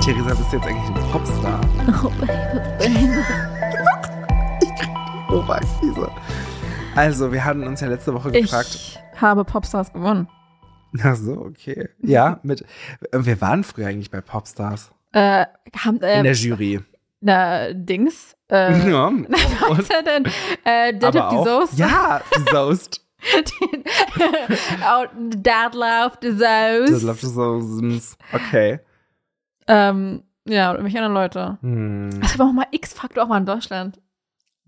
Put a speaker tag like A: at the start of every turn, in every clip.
A: Theresa, bist du jetzt eigentlich ein Popstar?
B: Oh, Baby.
A: Oh, Krise. Also, wir hatten uns ja letzte Woche gefragt.
B: Ich habe Popstars gewonnen.
A: Ach so, okay. Ja, mit. äh, Wir waren früher eigentlich bei Popstars.
B: Äh, haben,
A: In
B: äh,
A: der Jury.
B: na, Dings. Äh,
A: ja.
B: was ist er denn? Äh, Dip
A: aber
B: die
A: auch,
B: Soße.
A: Ja, die Soest.
B: Den- Out- Dad läuft die
A: Das
B: Soße.
A: läuft so. sims. Okay.
B: Ähm, ja, und irgendwelche anderen Leute.
A: Hm.
B: Das war auch mal X-Faktor auch mal in Deutschland.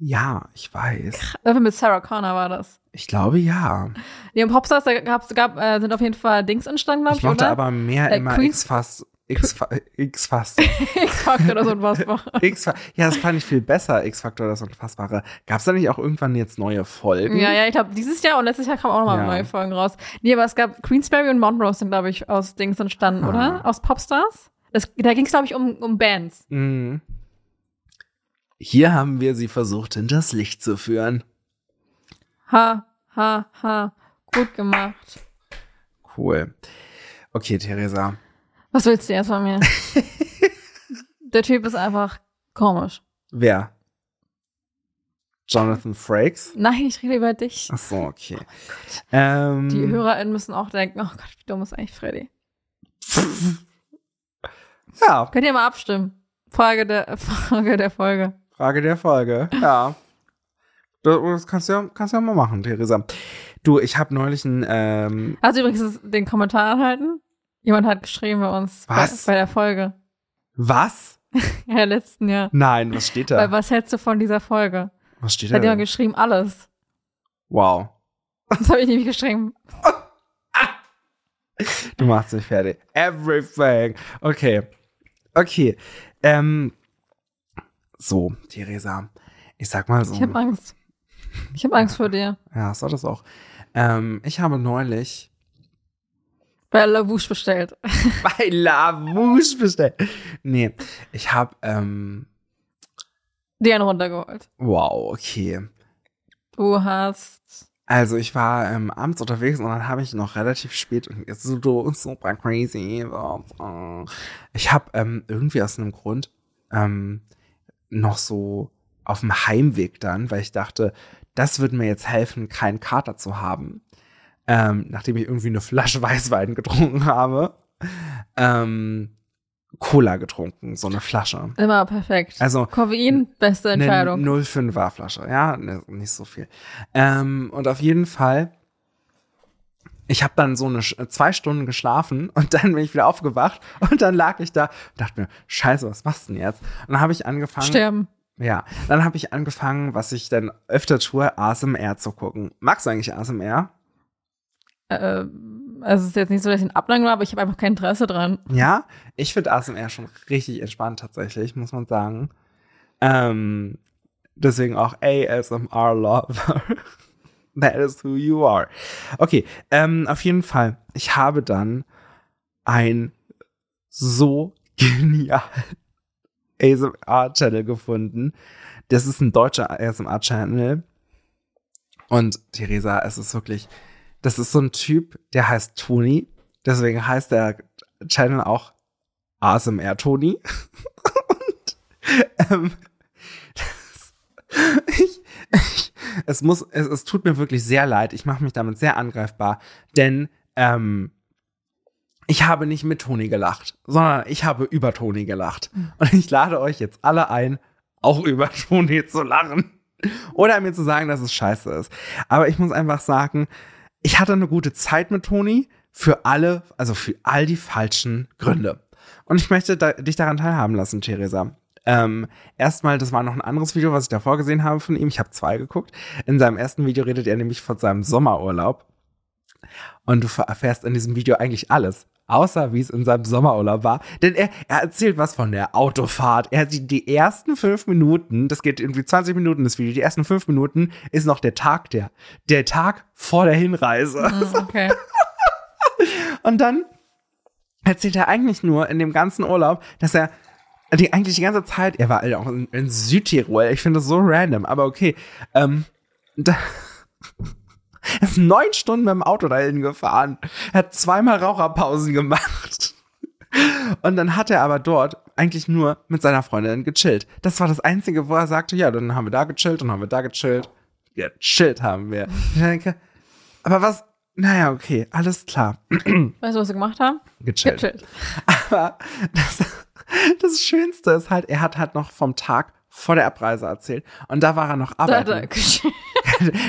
A: Ja, ich weiß.
B: Irgendwie mit Sarah Connor war das.
A: Ich glaube ja.
B: Nee, und Popstars, da gab's, gab, äh, sind auf jeden Fall Dings entstanden, glaube
A: Ich
B: ich,
A: mochte
B: oder?
A: aber mehr
B: Äh,
A: immer
B: Queens-
A: X-Fast. X-Fast.
B: X-Faktor oder so ein was.
A: X-Factor. Ja, das fand ich viel besser, X-Factor, das Unfassbare. Gab es da nicht auch irgendwann jetzt neue Folgen?
B: Ja, ja, ich glaube, dieses Jahr und letztes Jahr kamen auch nochmal
A: Ja.
B: neue Folgen raus. Nee, aber es gab Queensberry und Montrose sind, glaube ich, aus Dings entstanden,
A: Ah.
B: oder? Aus Popstars. Das, da ging es, glaube ich, um, um Bands.
A: Mhm. Hier haben wir sie versucht, hinters Licht zu führen.
B: Ha, ha, ha. Gut gemacht.
A: Cool. Okay, Theresa.
B: Was willst du jetzt von mir? Der Typ ist einfach komisch.
A: Wer? Jonathan Frakes?
B: Nein, ich rede über dich.
A: Ach so, okay. Ähm,
B: Oh Die HörerInnen müssen auch denken, oh Gott, wie dumm ist eigentlich Freddy.
A: Ja,
B: Könnt ihr mal abstimmen? Frage der, Frage der Folge.
A: Frage der Folge. Ja. Das- Das kannst du ja, kannst du ja mal machen, Theresa. Du, ich habe neulich ein ähm,
B: Hast du übrigens den Kommentar erhalten? Jemand hat geschrieben bei uns.
A: Was?
B: Bei, bei der Folge.
A: Was?
B: Ja, letzten Jahr.
A: Nein, was steht
B: Weil
A: da?
B: was hältst du von dieser Folge?
A: Was steht
B: Da
A: da?
B: hat jemand
A: denn?
B: geschrieben, alles.
A: Wow.
B: Das habe ich nämlich geschrieben.
A: Du machst mich fertig. Everything. Okay. Okay. Ähm, so, Theresa. Ich sag mal so.
B: Ich habe Angst. Ich habe Angst vor dir.
A: Ja, das war das auch. Ähm, ich habe neulich
B: Bei Lavouche bestellt.
A: bei Lavouche bestellt. Nee, ich habe, ähm,
B: Die einen runtergeholt.
A: wow, okay.
B: Du hast.
A: Also ich war ähm, abends unterwegs und dann habe ich noch relativ spät und es ist so so super crazy. äh. Ich habe ähm, irgendwie aus einem Grund ähm, noch so auf dem Heimweg dann, weil ich dachte, das würde mir jetzt helfen, keinen Kater zu haben, ähm, nachdem ich irgendwie eine Flasche Weißwein getrunken habe, ähm, Cola getrunken, so eine Flasche.
B: Immer perfekt.
A: Also
B: Koffein, beste Entscheidung.
A: eine 05er Flasche, ja, ne, nicht so viel. Ähm, und auf jeden Fall, ich habe dann so eine Sch- zwei Stunden geschlafen und dann bin ich wieder aufgewacht und dann lag ich da und dachte mir, scheiße, was machst du denn jetzt? Und dann habe ich angefangen,
B: Sterben.
A: ja, dann habe ich angefangen, was ich dann öfter tue, ASMR zu gucken. Magst du eigentlich ASMR?
B: Äh, also es ist jetzt nicht so, dass ich ihn ablange, aber ich habe einfach kein Interesse dran.
A: Ja, ich finde ASMR schon richtig entspannt tatsächlich, muss man sagen. Ähm, deswegen auch ASMR Lover. That is who you are. Okay, ähm, auf jeden Fall. Ich habe dann ein so genial ASMR-Channel gefunden. Das ist ein deutscher ASMR-Channel. Und Theresa, es ist wirklich, das ist so ein Typ, der heißt Toni. Deswegen heißt der Channel auch ASMR Toni. Und ähm, das, ich, ich, es muss, es, es tut mir wirklich sehr leid. Ich mache mich damit sehr angreifbar, denn ähm, ich habe nicht mit Toni gelacht, sondern ich habe über Toni gelacht. Und ich lade euch jetzt alle ein, auch über Toni zu lachen. Oder mir zu sagen, dass es scheiße ist. Aber ich muss einfach sagen, ich hatte eine gute Zeit mit Toni für alle, also für all die falschen Gründe. Und ich möchte da, dich daran teilhaben lassen, Theresa. Ähm, erstmal, das war noch ein anderes Video, was ich davor gesehen habe von ihm. Ich habe zwei geguckt. In seinem ersten Video redet er nämlich von seinem Sommerurlaub. Und du ver- erfährst in diesem Video eigentlich alles. Außer wie es in seinem Sommerurlaub war. Denn er, er erzählt was von der Autofahrt. Er hat die, die ersten fünf Minuten, das geht irgendwie 20 Minuten, das Video, die ersten fünf Minuten ist noch der Tag der, der Tag vor der Hinreise.
B: Hm, okay.
A: Und dann erzählt er eigentlich nur in dem ganzen Urlaub, dass er die, eigentlich die ganze Zeit, er war halt auch in, in Südtirol, ich finde das so random, aber okay. Ähm, da, er ist neun Stunden mit dem Auto dahin gefahren, hat zweimal Raucherpausen gemacht. Und dann hat er aber dort eigentlich nur mit seiner Freundin gechillt. Das war das Einzige, wo er sagte, ja, dann haben wir da gechillt und haben wir da gechillt. Gechillt haben wir. Ich denke, aber was, naja, okay, alles klar.
B: Weißt du, was sie gemacht haben?
A: Gechillt.
B: Gechillt.
A: Aber das, das Schönste ist halt, er hat halt noch vom Tag vor der Abreise erzählt. Und da war er noch
B: Da hat
A: arbeiten.
B: er gechillt.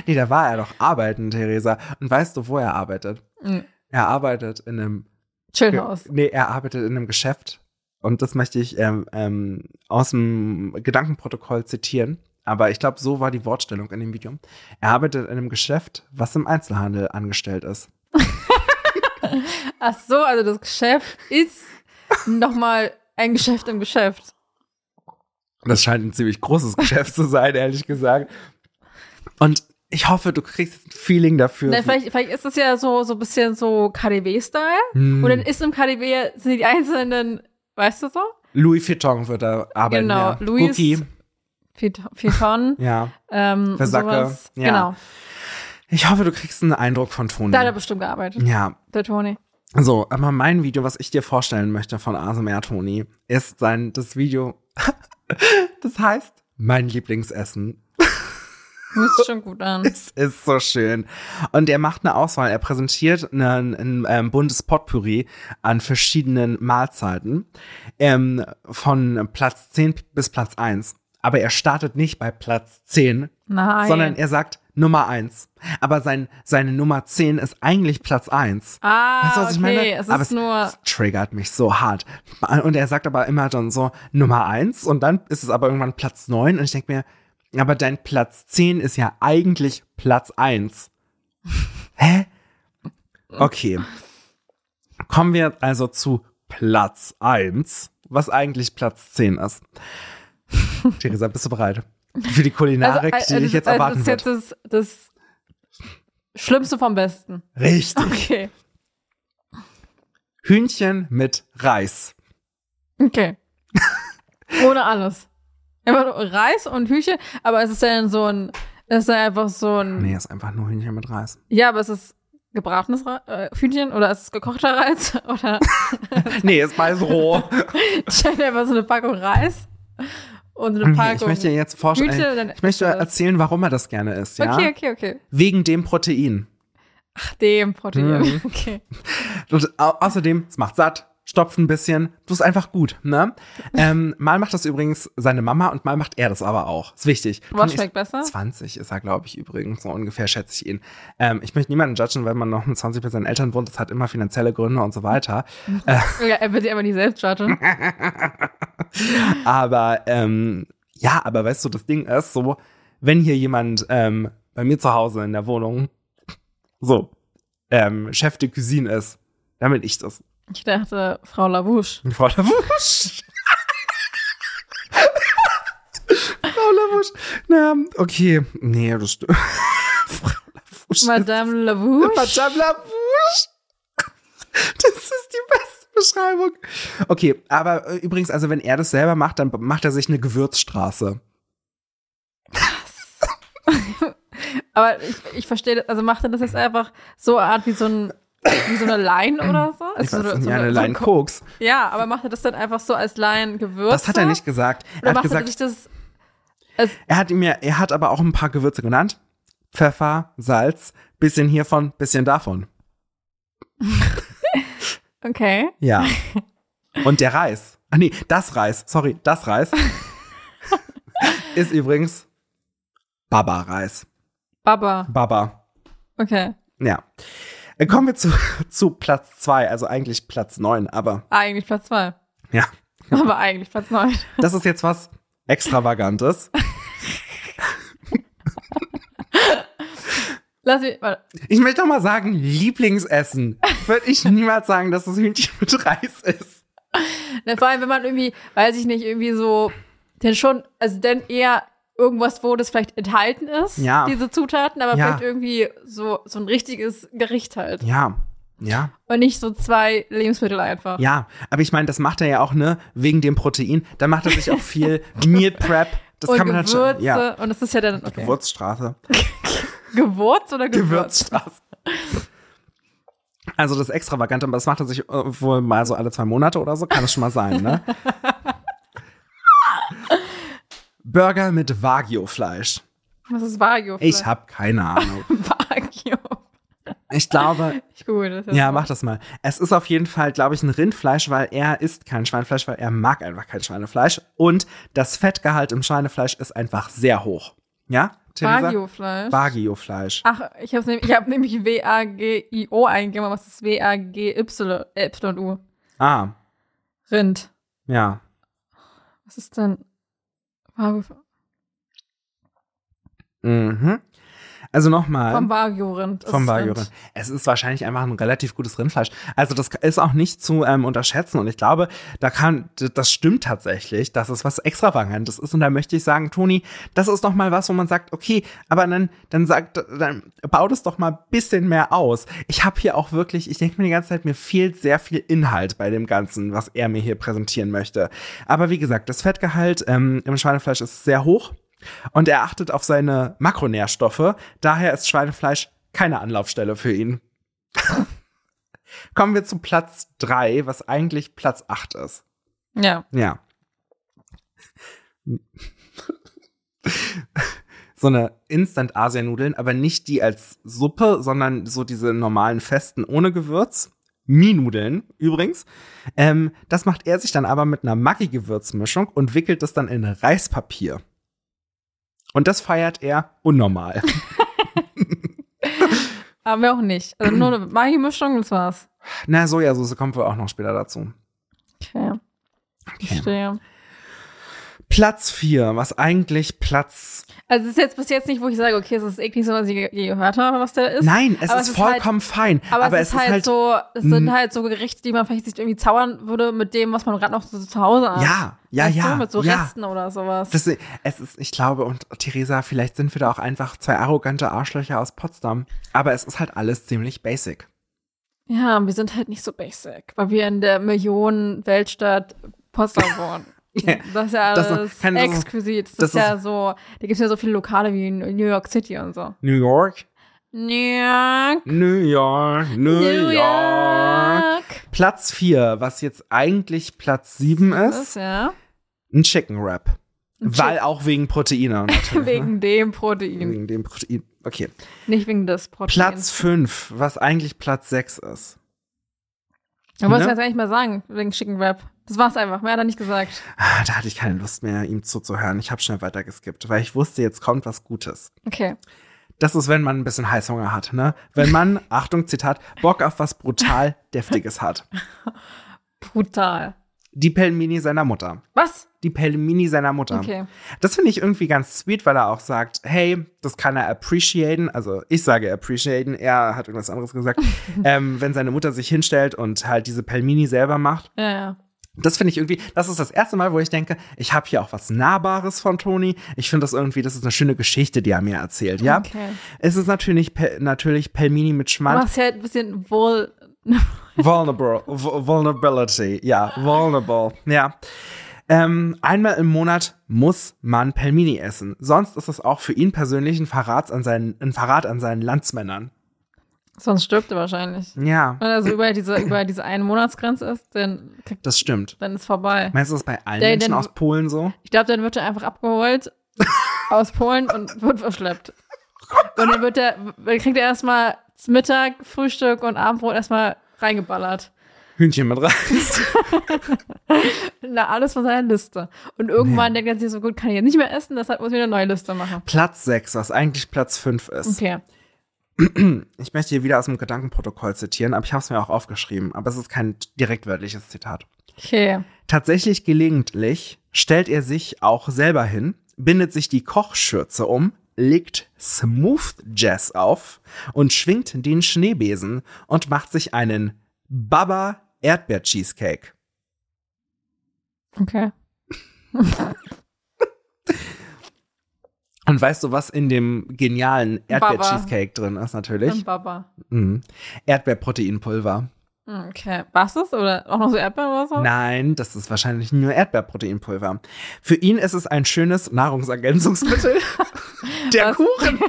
A: nee, da war er doch arbeiten, Theresa. Und weißt du, wo er arbeitet?
B: Mhm.
A: Er arbeitet in einem.
B: Chillhaus.
A: Nee, er arbeitet in einem Geschäft. Und das möchte ich ähm, ähm, aus dem Gedankenprotokoll zitieren. Aber ich glaube, so war die Wortstellung in dem Video. Er arbeitet in einem Geschäft, was im Einzelhandel angestellt ist.
B: Ach so, also das Geschäft ist nochmal ein Geschäft im Geschäft.
A: Das scheint ein ziemlich großes Geschäft zu sein, ehrlich gesagt. Und ich hoffe, du kriegst ein Feeling dafür.
B: Na, vielleicht, vielleicht ist es ja so, so ein bisschen so KDW-Style.
A: Hm.
B: Und dann ist im KDW sind die einzelnen, weißt du so?
A: Louis Vuitton wird da arbeiten.
B: Genau,
A: ja.
B: Louis-
A: Gucci,
B: Vier, vier Tonnen.
A: ja.
B: ähm,
A: Versacke,
B: sowas.
A: ja.
B: Genau.
A: Ich hoffe, du kriegst einen Eindruck von Toni.
B: Da hat er bestimmt gearbeitet,
A: ja.
B: der Toni.
A: So, aber mein Video, was ich dir vorstellen möchte von ASMR Toni, ist sein, das Video, das heißt, mein Lieblingsessen.
B: Hört sich schon gut an.
A: Es ist so schön. Und er macht eine Auswahl. Er präsentiert ein, ein, ähm, buntes Potpourri an verschiedenen Mahlzeiten ähm, von Platz 10 bis Platz 1. Aber er startet nicht bei Platz 10,
B: Nein.
A: sondern er sagt Nummer 1. Aber sein, seine Nummer 10 ist eigentlich Platz 1.
B: ah,
A: Weißt du, was
B: okay.
A: ich meine?
B: Es ist
A: aber
B: nur.
A: es triggert mich so hart. Und er sagt aber immer dann so Nummer eins und dann ist es aber irgendwann Platz neun und ich denke mir, aber dein Platz zehn ist ja eigentlich Platz eins. Hä? Okay. Kommen wir also zu Platz eins, was eigentlich Platz zehn ist. Theresa, bist du bereit? Für die Kulinarik,
B: also, äh,
A: die dich
B: das-
A: jetzt
B: also,
A: erwarten
B: das ist
A: wird.
B: jetzt das, das Schlimmste vom Besten.
A: Richtig.
B: Okay.
A: Hühnchen mit Reis.
B: Okay. Ohne alles. Einfach nur Reis und Hühnchen, aber es ist ja dann so ein. Es ist ja einfach so ein.
A: Nee, ist einfach nur Hühnchen mit Reis.
B: Ja, aber es ist gebratenes Re äh, Hühnchen oder ist es gekochter Reis? Oder
A: Nee, ist beides roh.
B: stell dir einfach so eine Packung Reis und eine
A: Okay,
B: Packung.
A: ich möchte jetzt vorstellen,
B: Hüte, dann
A: ich möchte
B: isst du das.
A: erzählen, warum er das gerne isst, ja?
B: Okay, okay, okay.
A: Wegen dem Protein.
B: Ach, dem Protein.
A: Mhm.
B: Okay.
A: Und au außerdem, es macht satt, stopft ein bisschen, du ist einfach gut, ne? Ähm, mal macht das übrigens seine Mama und mal macht er das aber auch. Ist wichtig. Dann
B: Was
A: ist-
B: schmeckt ne? besser?
A: 20 ist er, glaube ich, übrigens, so ungefähr schätze ich ihn. Ähm, ich möchte niemanden judgen, weil man noch mit 20 bei seinen Eltern wohnt, das hat immer finanzielle Gründe und so weiter.
B: Ja, er will sich aber nicht selbst judgen.
A: Aber ähm, ja, aber weißt du, das Ding ist so, wenn hier jemand ähm, bei mir zu Hause in der Wohnung so ähm, Chef de Cuisine ist, damit ich das.
B: Ich dachte, Frau Labouche.
A: Frau Lavusch. Frau Lavusch. Na, okay. Nee, das stimmt. Frau Lavusch.
B: Madame Labouche.
A: Madame Labusch. Das ist die beste Beschreibung. Okay, aber äh, übrigens, also wenn er das selber macht, dann macht er sich eine Gewürzstraße.
B: Aber ich, ich verstehe, das- also macht er das jetzt einfach so eine Art wie so, ein, wie so eine Line oder so?
A: Ich
B: Also
A: weiß
B: so,
A: nicht, eine
B: so
A: Line Koks.
B: Ja, aber macht er das dann einfach so als Line Gewürze?
A: Das hat er nicht gesagt.
B: Oder
A: Er hat
B: macht er sich
A: gesagt,
B: das
A: er hat mir, er hat aber auch ein paar Gewürze genannt. Pfeffer, Salz, bisschen hiervon, bisschen davon.
B: Okay.
A: Ja. Und der Reis. Ah nee, das Reis. Sorry, das Reis. ist übrigens Baba-Reis.
B: Baba.
A: Baba.
B: Okay.
A: Ja. Äh, Kommen wir zu, zu Platz zwei, also eigentlich Platz neun, aber
B: Ah, Eigentlich Platz zwei.
A: ja,
B: Aber eigentlich Platz neun.
A: das ist jetzt was Extravagantes.
B: Lass mich, warte.
A: Ich möchte doch mal sagen, Lieblingsessen. Würde ich niemals sagen, dass das Hühnchen mit Reis ist.
B: Na, vor allem, wenn man irgendwie, weiß ich nicht, irgendwie so, denn schon, also denn eher irgendwas, wo das vielleicht enthalten ist,
A: Ja.
B: diese Zutaten, aber
A: Ja.
B: vielleicht irgendwie so, so ein richtiges Gericht halt.
A: Ja, ja,
B: Und nicht so zwei Lebensmittel einfach.
A: ja. Aber ich meine, das macht er ja auch, ne, wegen dem Protein. Da macht er sich auch viel Meal Prep. Das
B: und
A: kann man halt
B: Gewürze,
A: schon. Ja.
B: und das ist ja dann okay.
A: Gewürzstraße.
B: Gewürz oder Gewürz?
A: Gewürzstraße. Also das Extravagante, aber das macht er sich äh, wohl mal so alle zwei Monate oder so, kann es schon mal sein, ne? Burger mit Wagyu-Fleisch.
B: Was ist Wagyu?
A: Ich habe keine Ahnung.
B: Wagyu.
A: Ich glaube,
B: Ich google das.
A: ja, mach das mal. Es ist auf jeden Fall, glaube ich, ein Rindfleisch, weil er isst kein Schweinefleisch, weil er mag einfach kein Schweinefleisch. Und das Fettgehalt im Schweinefleisch ist einfach sehr hoch. Ja? Theresa?
B: Wagyu-Fleisch.
A: Wagyu-Fleisch.
B: Ach, ich habe ich hab nämlich W-A-G-I-O eingegeben, aber es ist W-A-G-Y-U.
A: Ah,
B: Rind.
A: ja.
B: Was ist denn? Wagyu,
A: Mhm. Also nochmal.
B: vom Wagyu-Rind. ist ne?
A: Vom Wagyu.
B: Rind.
A: Es ist wahrscheinlich einfach ein relativ gutes Rindfleisch. Also das ist auch nicht zu ähm, unterschätzen. Und ich glaube, da kann, d- das stimmt tatsächlich, dass es was Extravagantes ist. Und da möchte ich sagen, Toni, das ist doch mal was, wo man sagt, okay, aber dann, dann sagt, dann baut es doch mal ein bisschen mehr aus. Ich habe hier auch wirklich, ich denke mir die ganze Zeit, mir fehlt sehr viel Inhalt bei dem Ganzen, was er mir hier präsentieren möchte. Aber wie gesagt, das Fettgehalt ähm, im Schweinefleisch ist sehr hoch. Und er achtet auf seine Makronährstoffe. Daher ist Schweinefleisch keine Anlaufstelle für ihn. Kommen wir zu Platz 3, was eigentlich Platz 8 ist.
B: Ja.
A: Ja. so eine Instant-Asian-Nudeln, aber nicht die als Suppe, sondern so diese normalen Festen ohne Gewürz. Mie-Nudeln übrigens. Ähm, das macht er sich dann aber mit einer Maggi-Gewürzmischung und wickelt das dann in Reispapier. Und das feiert er unnormal.
B: Aber wir auch nicht. Also nur eine Maggi-Mischung, das war's.
A: Na, Sojasauce kommt wohl auch noch später dazu.
B: Okay. Verstehe.
A: Platz 4, was eigentlich Platz.
B: Also es ist jetzt bis jetzt nicht, wo ich sage, okay, es ist eklig, so was ich je je gehört habe, was der ist.
A: Nein, es
B: aber
A: ist
B: es ist halt-
A: vollkommen fein.
B: Aber, es ist, halt, so, es
A: Mm.
B: sind halt so Gerichte, die man vielleicht sich irgendwie zaubern würde mit dem, was man gerade noch so zu Hause hat.
A: Ja, ja,
B: Weißt
A: ja.
B: Du, mit so
A: ja.
B: Resten oder sowas.
A: Das, ist- es ist, ich glaube, und Theresa, vielleicht sind wir da auch einfach zwei arrogante Arschlöcher aus Potsdam. Aber es ist halt alles ziemlich basic.
B: ja, wir sind halt nicht so basic, weil wir in der Millionen-Weltstadt Potsdam wohnen.
A: Ja,
B: Das ist ja
A: das ist-
B: alles
A: kann- das ist-
B: exquisit. Das,
A: das
B: ist ja so, da gibt's ja so viele Lokale wie in New York City und so.
A: New York,
B: New York.
A: New York, New, York. Platz 4, was jetzt eigentlich Platz 7
B: Das
A: ist,
B: ist ja
A: ein Chicken Wrap.
B: Ein
A: Weil auch wegen Proteine. Natürlich, ne?
B: wegen dem Protein.
A: wegen dem Protein. Okay.
B: Nicht wegen des Proteins.
A: Mhm. Platz 5, was eigentlich Platz 6 ist.
B: Du wolltest
A: ne?
B: jetzt eigentlich mal sagen, wegen Chicken Wrap. Das war's einfach. Mehr hat er nicht gesagt.
A: Ah, Da hatte ich keine Lust mehr, ihm zuzuhören. Ich habe schnell weitergeskippt, weil ich wusste, jetzt kommt was Gutes.
B: Okay.
A: Das ist, wenn man ein bisschen Heißhunger hat, ne? Wenn man, Achtung, Zitat, Bock auf was brutal Deftiges hat.
B: Brutal.
A: Die Pelmini seiner Mutter.
B: Was?
A: Die Pelmini seiner Mutter.
B: Okay.
A: Das finde ich irgendwie ganz sweet, weil er auch sagt, hey, das kann er appreciaten. Also ich sage appreciaten, er hat irgendwas anderes gesagt. ähm, wenn seine Mutter sich hinstellt und halt diese Pelmini selber macht.
B: Ja, ja.
A: Das finde ich irgendwie, das ist das erste Mal, wo ich denke, ich habe hier auch was Nahbares von Toni. Ich finde das irgendwie, das ist eine schöne Geschichte, die er mir erzählt, ja?
B: Okay.
A: Es ist natürlich, Pe natürlich Pelmini mit
B: Du
A: Schmand.
B: machst ja halt ein bisschen wohl.
A: Vulnerable, vu- vulnerability, ja, vulnerable, ja. Ähm, einmal im Monat muss man Pelmini essen. Sonst ist es auch für ihn persönlich ein, Verrats an seinen, ein Verrat an seinen Landsmännern.
B: Sonst stirbt er wahrscheinlich.
A: Ja,
B: Wenn er so über diese, über diese eine Monatsgrenze ist, dann, kriegt-
A: das stimmt.
B: dann ist vorbei.
A: Meinst du das bei allen
B: Der-
A: Menschen
B: der-
A: aus Polen so?
B: Ich glaube, dann wird er einfach abgeholt aus Polen und wird verschleppt. Und dann wird er, dann kriegt er erstmal Mittag, Frühstück und Abendbrot erstmal reingeballert.
A: Hühnchen mit Reis.
B: Na, alles von seiner Liste. Und irgendwann denkt er sich so, gut, kann ich jetzt nicht mehr essen, deshalb muss ich wieder eine neue Liste machen.
A: Platz 6, was eigentlich Platz 5 ist.
B: Okay.
A: Ich möchte hier wieder aus dem Gedankenprotokoll zitieren, aber ich habe es mir auch aufgeschrieben. Aber es ist kein direkt wörtliches Zitat.
B: Okay.
A: Tatsächlich gelegentlich stellt er sich auch selber hin, bindet sich die Kochschürze um, legt Smooth Jazz auf und schwingt den Schneebesen und macht sich einen Baba Erdbeer Cheesecake.
B: Okay.
A: Und weißt du, was in dem genialen Erdbeer
B: Baba.
A: Cheesecake drin ist natürlich?
B: Und Baba. Hm,
A: Mhm. Erdbeerproteinpulver.
B: Okay. Was ist? Oder auch noch so Erdbeeren oder so?
A: Nein, das ist wahrscheinlich nur Erdbeerproteinpulver. Für ihn ist es ein schönes Nahrungsergänzungsmittel. Der
B: Was?
A: Kuchen.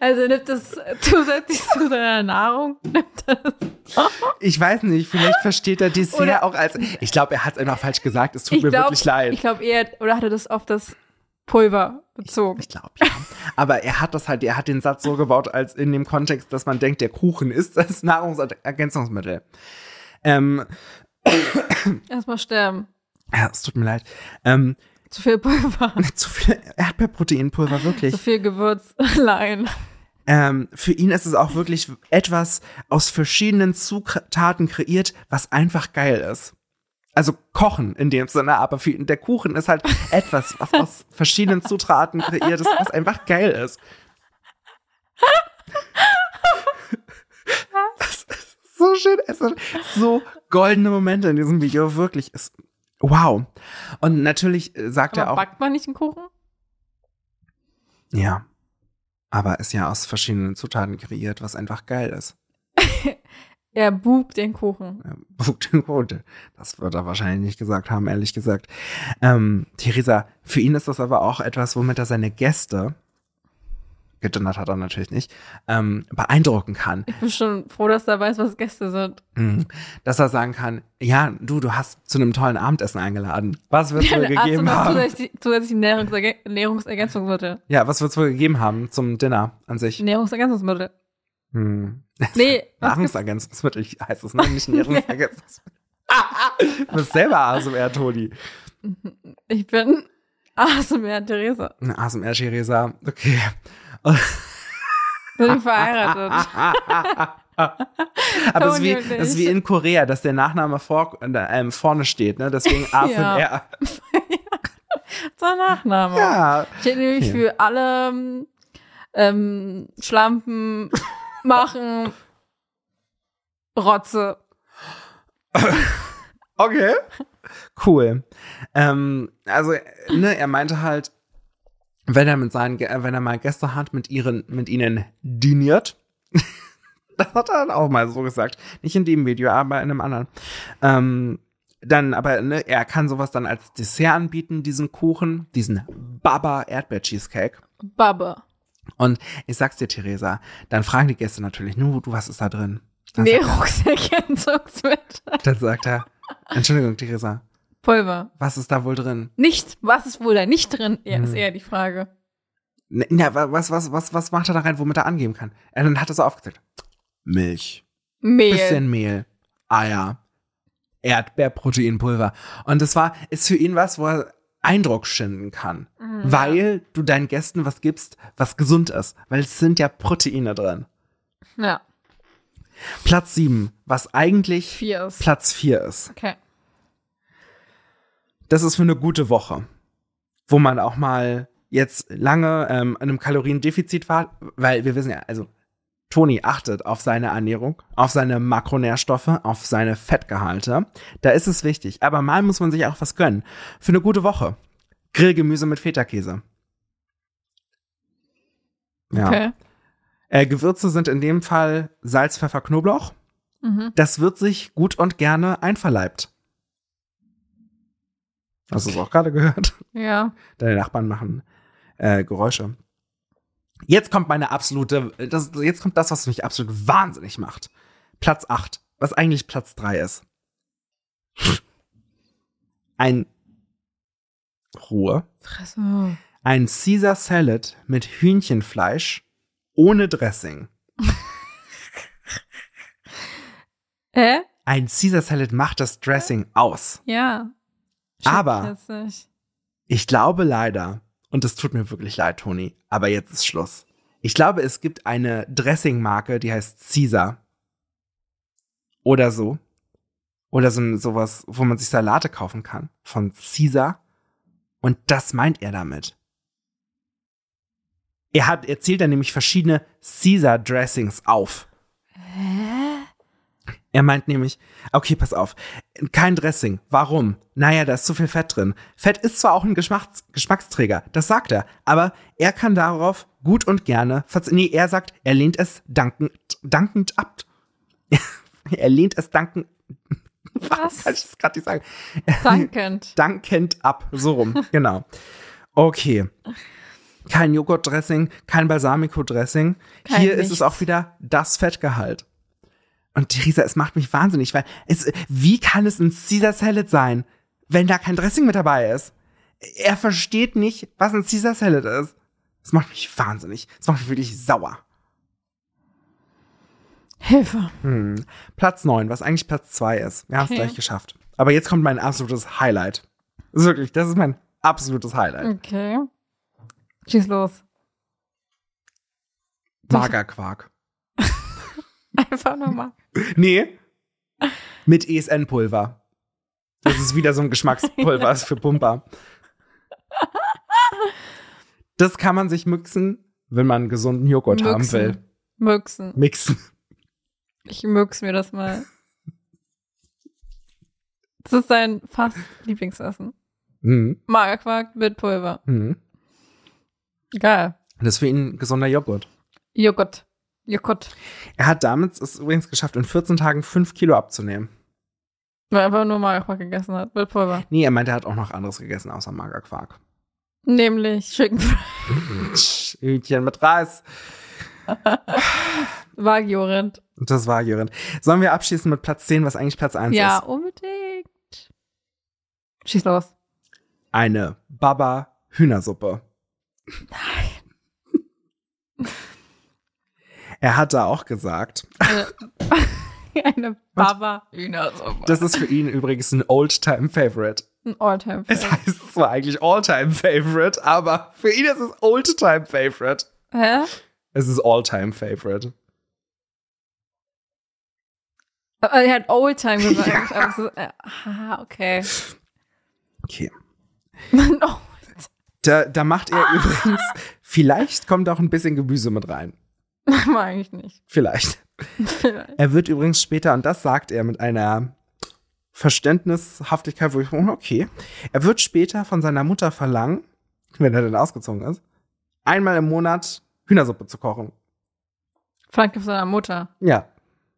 B: Also nimmt das zusätzlich zu seiner Nahrung. nimmt das-
A: Ich weiß nicht, vielleicht versteht er Dessert
B: Oder-
A: auch als. Ich glaube, er hat es einfach falsch gesagt. Es tut
B: Ich
A: mir
B: glaub-
A: wirklich leid.
B: Ich glaube eher, oder hat er das auf das Pulver bezogen?
A: Ich glaube, ja. Aber er hat das halt, er hat den Satz so gebaut, als in dem Kontext, dass man denkt, der Kuchen ist das Nahrungsergänzungsmittel. Ähm,
B: Erstmal sterben.
A: ja, es tut mir leid. Ähm,
B: Zu viel Pulver.
A: zu viel Erdbeerproteinpulver,
B: Zu
A: wirklich.
B: viel Gewürz. Nein.
A: Ähm, für ihn ist es auch wirklich etwas aus verschiedenen Zutaten kreiert, was einfach geil ist. Also kochen in dem Sinne, aber für ihn, der Kuchen ist halt etwas, was aus verschiedenen Zutaten kreiert ist, was einfach geil ist. Das ist so schön. Es sind so goldene Momente in diesem Video, wirklich. Es, wow. Und natürlich äh, sagt
B: Aber
A: er auch.
B: backt man nicht einen Kuchen?
A: Ja. Aber ist ja aus verschiedenen Zutaten kreiert, was einfach geil ist.
B: Er bugt den Kuchen.
A: Ja, Punkt und Quote. Das wird er wahrscheinlich nicht gesagt haben, ehrlich gesagt. Ähm, Theresa, für ihn ist das aber auch etwas, womit er seine Gäste, gedonnert hat er natürlich nicht, ähm, beeindrucken kann.
B: Ich bin schon froh, dass er weiß, was Gäste sind.
A: Mhm. Dass er sagen kann, ja, du, du hast zu einem tollen Abendessen eingeladen. Was wird's wohl
B: Ach so,
A: gegeben
B: noch
A: haben?
B: Zusätzlich, zusätzlich Nahrungsergä- Nahrungsergänzungsmittel.
A: Ja, was wird's wohl gegeben haben zum Dinner an sich?
B: Nahrungsergänzungsmittel.
A: Hm.
B: Nee, was gibt's?
A: Nahrungsergänzungsmittel heißt es, ne? Nicht Nahrungsergänzungsmittel. du bist selber ASMR, Toni.
B: ich bin ASMR Therese.
A: Eine ASMR, Theresa. Okay. Ah,
B: Bin ich verheiratet.
A: Aber es ist, wie,
B: Toni und
A: es ist wie
B: ich.
A: in Korea, dass der Nachname vor, ähm, vorne steht, ne? Deswegen ASMR.
B: Sein Nachname.
A: ah, Ja.
B: Ich hätte nämlich
A: Okay.
B: für alle ähm, ähm, Schlampen machen Rotze.
A: Okay. Cool. Ähm, also, ne, er meinte halt, wenn er mit seinen, Gä- äh, wenn er mal Gäste hat, mit ihren, mit ihnen diniert. das hat er dann auch mal so gesagt. Nicht in dem Video, aber in einem anderen. Ähm, dann, aber ne, er kann sowas dann als Dessert anbieten, diesen Kuchen, diesen Baba Erdbeer Cheesecake.
B: Babbe.
A: Und ich sag's dir, Theresa, dann fragen die Gäste natürlich, nu, du, was ist da drin? Dann, sagt,
B: Nahrungsergänzungsmittel.
A: dann sagt er, Entschuldigung, Theresa,
B: Pulver.
A: was ist da wohl drin?
B: Nicht, was ist wohl da nicht drin? Ja, ist
A: Hm.
B: eher die Frage.
A: Na, Ne, Na, wa- was, was, was, was macht er da rein, womit er angeben kann? Und dann hat er so aufgezählt. Milch,
B: Mehl.
A: bisschen Mehl, Eier, Erdbeerproteinpulver. Und das war, ist für ihn was, wo er Eindruck schinden kann.
B: Mhm.
A: Weil du deinen Gästen was gibst, was gesund ist. Weil es sind ja Proteine drin.
B: Ja,
A: Platz 7, was eigentlich
B: vier ist.
A: Platz 4 ist.
B: Okay.
A: das ist für eine gute Woche, wo man auch mal jetzt lange ähm, an einem Kaloriendefizit war, weil wir wissen ja, also Toni achtet auf seine Ernährung, auf seine Makronährstoffe, auf seine Fettgehalte. Da ist es wichtig. Aber mal muss man sich auch was gönnen. Für eine gute Woche. Grillgemüse mit Feta-Käse. Ja.
B: Okay.
A: Äh, Gewürze sind in dem Fall Salz, Pfeffer, Knoblauch.
B: Mhm.
A: Das wird sich gut und gerne einverleibt. Hast du es auch gerade gehört?
B: Ja.
A: Deine Nachbarn machen äh, Geräusche. Jetzt kommt meine absolute, das, jetzt kommt das, was mich absolut wahnsinnig macht. Platz 8, was eigentlich Platz 3 ist. Ein Ruhe.
B: Fresse.
A: Ein Caesar Salad mit Hühnchenfleisch ohne Dressing.
B: Hä?
A: Ein Caesar Salad macht das Dressing aus.
B: Ja.
A: Aber-
B: Ich jetzt nicht.
A: Ich glaube leider, und es tut mir wirklich leid, Toni, aber jetzt ist Schluss. Ich glaube, es gibt eine Dressingmarke, die heißt Caesar. Oder so. Oder so ein- sowas, wo man sich Salate kaufen kann. Von Caesar. Und das meint er damit. Er hat, er zählt dann nämlich verschiedene Caesar-Dressings auf.
B: Hä?
A: Er meint nämlich, okay, pass auf, kein Dressing. Warum? Naja, da ist zu viel Fett drin. Fett ist zwar auch ein Geschmacks Geschmacksträger, das sagt er, aber er kann darauf gut und gerne, verz- nee, er sagt, er lehnt es dankend, dankend ab. er lehnt es dankend,
B: Was?
A: kann ich das gerade nicht sagen,
B: Dankend.
A: dankend ab, so rum, genau. Okay. kein Joghurtdressing, kein Balsamico-Dressing.
B: Kein
A: Hier ist
B: nichts.
A: es auch wieder das Fettgehalt. Und Theresa, es macht mich wahnsinnig, weil es, wie kann es ein Caesar Salad sein, wenn da kein Dressing mit dabei ist? Er versteht nicht, was ein Caesar Salad ist. Das macht mich wahnsinnig. Das macht mich wirklich sauer.
B: Hilfe.
A: Hm. Platz 9, was eigentlich Platz 2 ist. Wir haben es
B: Okay.
A: gleich geschafft. Aber jetzt kommt mein absolutes Highlight. Das ist Wirklich, das ist mein absolutes Highlight.
B: Okay. Schieß los.
A: Magerquark.
B: Einfach nochmal.
A: Nee. Mit E ESN-Pulver. Das ist wieder so ein Geschmackspulver ist für Pumper. Das kann man sich mixen, wenn man einen gesunden Joghurt haben
B: Mixen.
A: will.
B: Möxen.
A: Mixen.
B: Ich mögs mir das mal. Das ist dein fast Lieblingsessen.
A: Mhm.
B: Magerquark mit Pulver.
A: Mhm.
B: Geil.
A: Das ist für ihn gesunder Joghurt.
B: Joghurt. Joghurt.
A: Er hat damit es übrigens geschafft, in 14 Tagen 5 Kilo abzunehmen.
B: Weil er einfach nur Magerquark gegessen hat mit Pulver.
A: Nee, er meinte, er hat auch noch anderes gegessen, außer Magerquark.
B: Nämlich Chicken Fried. Mhm.
A: Hühnchen mit Reis.
B: Vagiorent.
A: Und das war Jürgen. Sollen wir abschließen mit Platz 10, was eigentlich Platz 1
B: Ja,
A: ist?
B: unbedingt. Schieß los.
A: Eine Baba-Hühnersuppe. Nein. Er hat da auch gesagt,
B: Eine, Äh, eine Baba-Hühnersuppe.
A: das ist für ihn übrigens ein Old-Time-Favorite.
B: ein Alltime.
A: Es heißt zwar eigentlich All-Time-Favorite, aber für ihn ist es Old-Time-Favorite.
B: Hä?
A: Es ist All-Time-Favorite.
B: Aber er hat Oldtime gesagt. Aber es ist, äh, aha, okay. oh,
A: Okay.
B: Ein Old-
A: Da, da macht er übrigens, vielleicht kommt auch ein bisschen Gemüse mit rein.
B: Mag ich nicht.
A: Vielleicht.
B: Vielleicht.
A: Er wird übrigens später, und das sagt er mit einer Verständnishaftigkeit, wo ich, oh, okay, er wird später von seiner Mutter verlangen, wenn er denn ausgezogen ist, einmal im Monat Hühnersuppe zu kochen.
B: Frank ist seiner Mutter.
A: Ja,